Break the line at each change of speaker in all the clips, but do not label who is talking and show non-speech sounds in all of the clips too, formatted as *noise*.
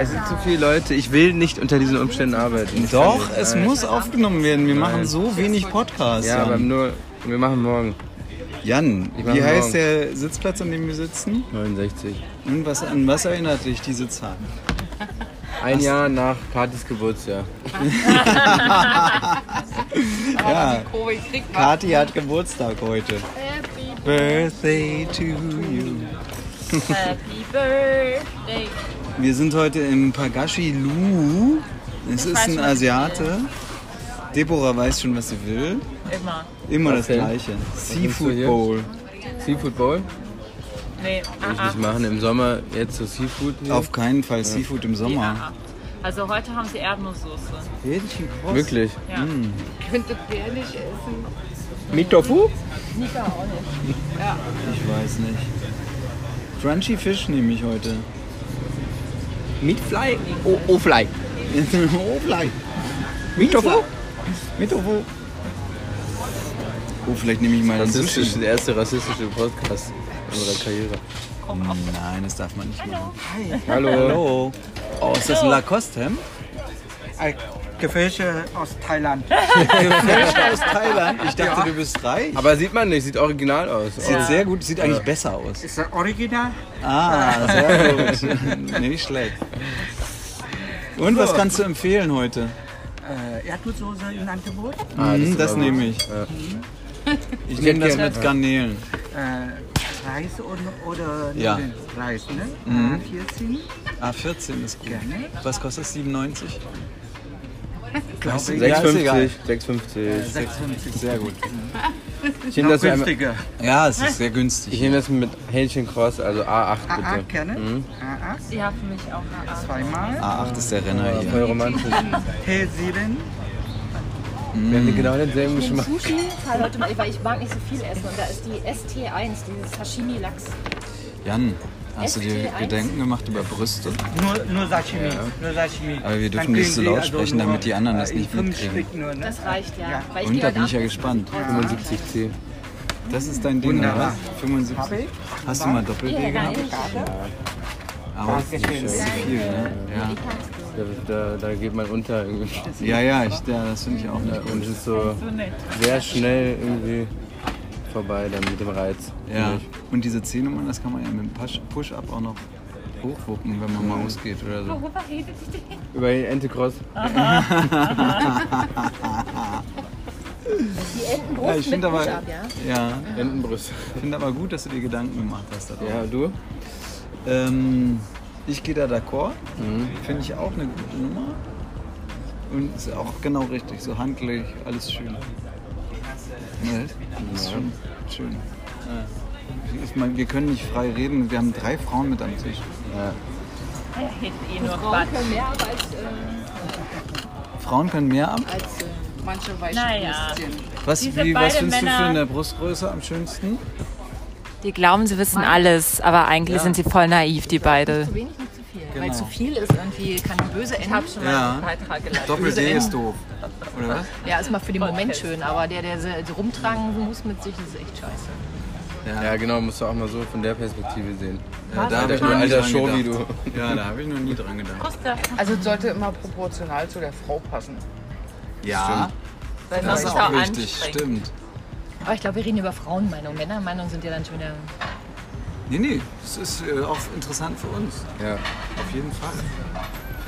Es sind zu viele Leute. Ich will nicht unter diesen Umständen arbeiten.
Doch, es muss aufgenommen werden. Wir machen so wenig Podcasts.
Ja, aber
Jan.
nur. Wir machen morgen
Jan,
mach
wie heißt
morgen.
der Sitzplatz, an dem wir sitzen?
69.
Und was, an was erinnert dich diese Zahl?
Ein Jahr nach Katis Geburtsjahr.
Ja,
Covid kriegt man.
Kathi hat Geburtstag heute.
Happy
Birthday to you.
Äh, Happy Birthday.
Wir sind heute im Pagashi Lu. Es ist
weiß
ein
schon, was sie
Asiate. Deborah weiß schon, was sie will.
Immer.
Immer
Was
das
denn?
Gleiche.
nimmst du
Seafood
hier?
Bowl.
Seafood Bowl?
Nee,
Will ich
ah,
nicht machen. Im Sommer jetzt so Seafood. hier.
Auf keinen Fall Seafood im
ah,
Sommer.
ah. Also heute haben sie Erdnusssoße.
Wirklich. Mm.
Ja.
Könnte wer nicht essen.
Mit Tofu?
Ich weiß nicht. Crunchy Fish nehme ich heute.
Mit Fly? Oh, oh Fly.
oh, vielleicht.
Mit Tofu?
Mit Ovo. Oh, vielleicht nehme ich mal den
Rassistisch,
Sushi.
der erste rassistische Podcast unserer Karriere.
Nein, das darf man nicht machen.
Hallo.
Hallo. Oh, ist das ein Lacoste-Hemd?
Äh, Gefische aus Thailand.
Gefälscht aus Thailand? Ich dachte, du bist reich.
Aber sieht man nicht, sieht original aus.
Sieht sehr gut, sieht eigentlich besser aus.
Ist das original?
Ah, sehr
*laughs*
gut. Nicht schlecht. Und was kannst du empfehlen heute?
Äh, Erdnusssoße im Angebot.
Ah,
Hm,
ist
das
aber gut.
nehme ich.
Ja.
Ich nehme das
hätte gerne-
mit Garnelen.
Äh, Reis und, oder
Ja. Mhm.
Nudeln. Reis, ne? Äh,
A14
14
Ah, ist gut.
gerne.
Was kostet das? 97? Weißt du, ja, ist
6,50.
egal.
6,50.
56.
Sehr gut.
Ich nehme das, einmal-
günstiger.
Ja, es ist sehr
ich
günstig.
nehme das mit Hähnchen Cross, also A8 bitte.
A8 Ah, gerne.
Mhm.
A8
Ja, für mich auch. Ah, ah.
zweimal.
A8 ist der Renner
Voll
hier.
romantisch.
T7.
Wir haben genau denselben Geschmack.
Sushi, halt heute mal, weil ich mag nicht so viel essen. Und da ist die ST1, dieses Sashimi-Lachs.
Jan, hast du dir
ST1?
Gedanken gemacht über Brüste?
Nur, nur Sashimi. Nur Sashimi.
Aber wir dürfen
Dann
nicht
kriegen
so
Sie also
laut sprechen,
nur,
damit die anderen das
äh, in
nicht
fünf
mitkriegen.
Stück nur, ne?
Das reicht ja.
Ja.
Weil ich
Und
gehe halt
da
heute
bin ich ja
Abend-
75C.
gespannt. Das ist dein Ding,
Wunderbar.
oder? 75. Hast du mal Doppelwege
Ja,
gehabt? Aber das ist zu viel, ne?
Da, da, da geht man unter irgendwie.
Ja, ja, ja, ich, ja das finde ich auch nicht
Und
gut.
es ist so
So nett.
sehr schnell irgendwie vorbei dann mit dem Reiz.
Ja. Und diese Zehnummern, das kann man ja mit dem Push- Push-Up auch noch hochwuppen, wenn man mal ausgeht oder so.
Worüber redet ihr denn?
Über den Entekross.
Die
Ja,
Entenbrust
ich
mit
finde aber,
Push-Up, ja?
ja,
Entenbrust.
ich finde aber gut, dass du dir Gedanken gemacht hast. darüber.
Ja, du?
Ähm, ich gehe da d'accord. Finde ich auch eine gute Nummer. Und ist auch genau richtig, so handlich, alles schön. Ne? Ist schon schön. Ja. Ich meine, wir können nicht frei reden, wir haben drei Frauen mit am Tisch.
Ja, Hinten eh nur
Frauen
Quatsch.
können mehr ab als, äh,
Frauen können mehr ab.
als äh, manche weiche
Naja.
Würstchen.
Was,
Diese
wie, was
beiden
findest du für
Männer-
eine Brustgröße am schönsten?
Die glauben, sie wissen alles, aber eigentlich sind sie voll naiv, die beide.
Zu wenig, nicht zu viel. Weil
Genau.
zu viel ist irgendwie, kann böse enden.
Ich habe schon mal
Ja.
einen Beitrag gelassen.
Doppel-D ist doof. Oder was?
Ja, ist mal für den Moment schön, aber der, der se- rumtragen muss mit sich, ist echt scheiße.
Ja, genau, musst du auch mal so von der Perspektive sehen.
Ja, da habe ich
Du
noch nie
alter
dran
Show, wie
gedacht. Ja, da habe ich noch nie dran gedacht.
Also es sollte immer proportional zu der Frau passen.
Ja,
Weil man
das
sich
ist
auch
auch wichtig,
anstrengt.
stimmt.
Aber ich glaube, wir reden über Frauenmeinung. Männermeinung sind ja dann schon wieder.
Nee, nee, das ist äh, auch interessant für uns.
Ja.
Auf jeden Fall.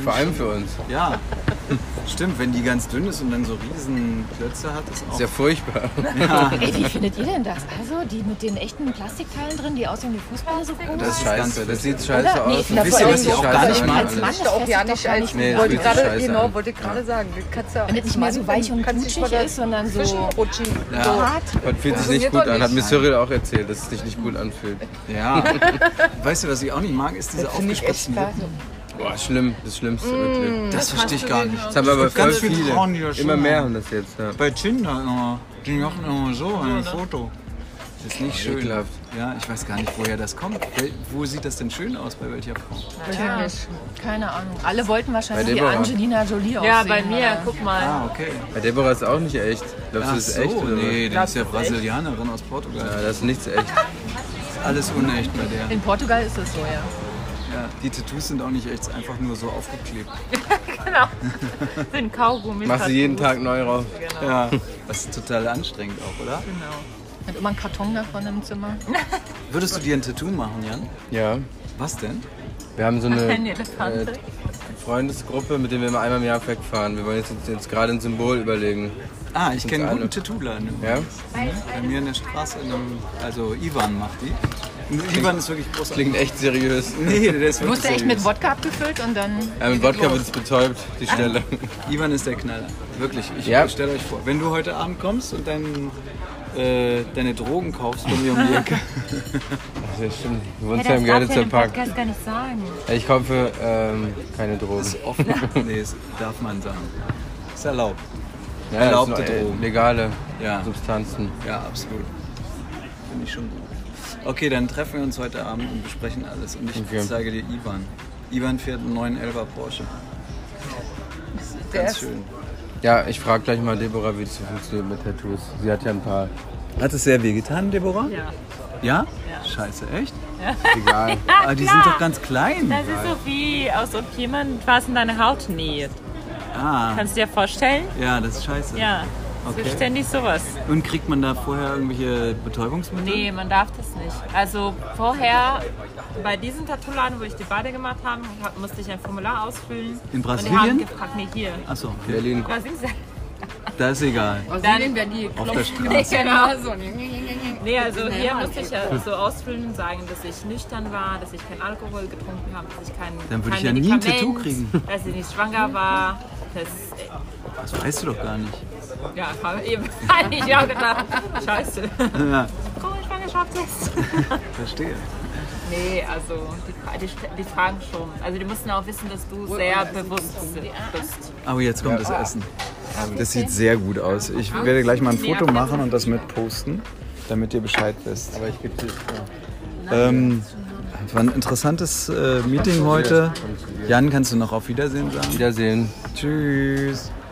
Vor allem für uns.
Ja, *laughs* stimmt, wenn die ganz dünn ist und dann so riesen Klötze hat, ist auch...
Ist ja furchtbar.
Ey, wie findet ihr denn das? Also, die mit den echten Plastikteilen drin, die aussehen wie Fußballer so groß?
Das ist ganz
scheiße. Das sieht scheiße
Oder? Nee,
aus.
na,
Wisst ihr,
vor
was ich
allem
auch
so-
gar
also
nicht
ich
mag?
Als Mann
Ist auch ja nicht als...
Nee, das fühlt
wollte
sich
gerade,
scheiße
genau,
an.
wollte gerade sagen. Die Katze
Wenn es nicht mehr so weich und knutschig ist, sondern so-
Zwischenrutschi.
Ja.
Das fühlt sich
Das
nicht
wird
gut
doch
an. Hat mir
nicht
Cyril auch erzählt, dass es sich nicht gut anfühlt.
*laughs* ja. Weißt du, was ich auch nicht mag, ist diese
Finde ich echt
aufgespritzten
klar.
Lippen.
Boah, schlimm. Das Schlimmste. wirklich.
Mm. Das verstehe ich gar nicht.
Das haben wir aber voll
ganz viele
viele.
Frauen, die das schon
Immer mehr
machen.
haben das jetzt. Ja.
Bei Tinder immer, die machen immer so ein Foto. Das ist nicht schön.
ekelhaft.
Ja, ich weiß gar nicht, woher das kommt. Wel- Wo sieht das denn schön aus, bei welcher Frau?
Ja, keine Ahnung. Alle wollten wahrscheinlich
Bei
wie
Deborah.
Angelina Jolie aussehen.
Ja, bei mir,
oder?
guck mal.
Ah, okay.
Bei Deborah ist auch nicht echt. Glaubst du,
Ach
Also das ist
so,
echt? Oder? was?
nee, das ist ja Brasilianerin aus Portugal. *laughs*
Ja, das ist nichts echt.
Alles unecht bei der.
In Portugal ist das so, ja.
Ja, die Tattoos sind auch nicht echt einfach nur so aufgeklebt.
Sind Kaugummi.
Machst du jeden Tag neu rauf.
*laughs* Ja. Was total anstrengend auch, oder?
Hat immer einen Karton davon im Zimmer.
Würdest du dir ein Tattoo machen, Jan?
Ja.
Was denn?
Wir haben so eine
Ein Elefant.
äh, Freundesgruppe, mit der wir immer einmal im Jahr wegfahren. Wir wollen jetzt, uns jetzt gerade ein Symbol überlegen.
Ah, ich kenne einen
alle.
guten Tattoo-Laden.
Ja?
Bei mir in der Straße, in einem, also Ivan macht die. Und Ivan ist wirklich großartig.
Klingt echt seriös.
Nee, der ist
Du
wirklich
hast ja echt mit
seriös.
Wodka abgefüllt und dann.
Ja, mit Wodka wird es betäubt, die Stelle. *laughs*
Ivan ist der Knaller. Wirklich, ich
Ja.
stelle euch vor. Wenn du heute Abend kommst und dein, äh, deine Drogen kaufst bei mir um die Ecke.
Ja, stimmt. Wir wohnen ja im Görlitzer Park.
Podcast gar nicht sagen.
Ich kaufe ähm, keine Drogen.
Offen? Nee, das darf man sagen. Ist erlaubt.
Ja, das
erlaubte
sind, äh,
Drogen.
Legale
Ja.
Substanzen.
Ja, absolut. Finde ich schon gut. Okay, dann treffen wir uns heute Abend und besprechen alles. Und ich
Okay.
zeige dir Ivan. Ivan fährt einen 911er Porsche.
Der
Ganz
ist
schön.
Ja, ich frage gleich mal Deborah, wie das so funktioniert mit Tattoos. Sie hat ja ein paar.
Hat es sehr weh getan, Deborah? Ja. Ja? Scheiße, echt?
Egal.
Aber die sind doch ganz klein.
Das
halt.
ist so wie, als ob jemand was in deine Haut näht.
Ah,
Kannst du dir vorstellen?
ja, das ist scheiße.
Ja.
Okay.
So ständig sowas.
Und kriegt man da vorher irgendwelche Betäubungsmittel?
Nee, man darf das nicht. Also vorher, bei diesem Tattoo-Laden, wo ich die Bade gemacht habe, hab- musste ich ein Formular
In
ausfüllen. Und die haben
Brasilien?
gefragt, nee, hier.
Achso, okay.
Berlin.
Brasilien?
da ist egal.
Dann,
Auf der Straße.
*laughs* nee, also hier musste ich ja so ausfüllen und sagen, dass ich nüchtern war, dass ich keinen Alkohol getrunken habe, dass ich kein,
Dann würde
kein
ich ja nie ein
Medikament,
Tattoo kriegen.
Dass ich nicht schwanger war. Das,
Das weißt du doch gar nicht.
ja, hab eben *laughs* hab ich auch gedacht. Scheiße.
Ja,
Komm, Schwangerschaftstest.
*laughs* verstehe.
Nee, also die, die, die fragen schon. Also die mussten auch wissen, dass du sehr bewusst bist.
Aber Ah, oh, jetzt kommt das Essen.
Ah,
Das sieht sehr gut aus. Ich werde gleich mal ein Foto machen und das mitposten, damit ihr Bescheid wisst.
Aber ich gebe dir
Ähm, war ein interessantes äh, Meeting heute. Jan, kannst du noch auf Wiedersehen sagen?
Wiedersehen.
Tschüss.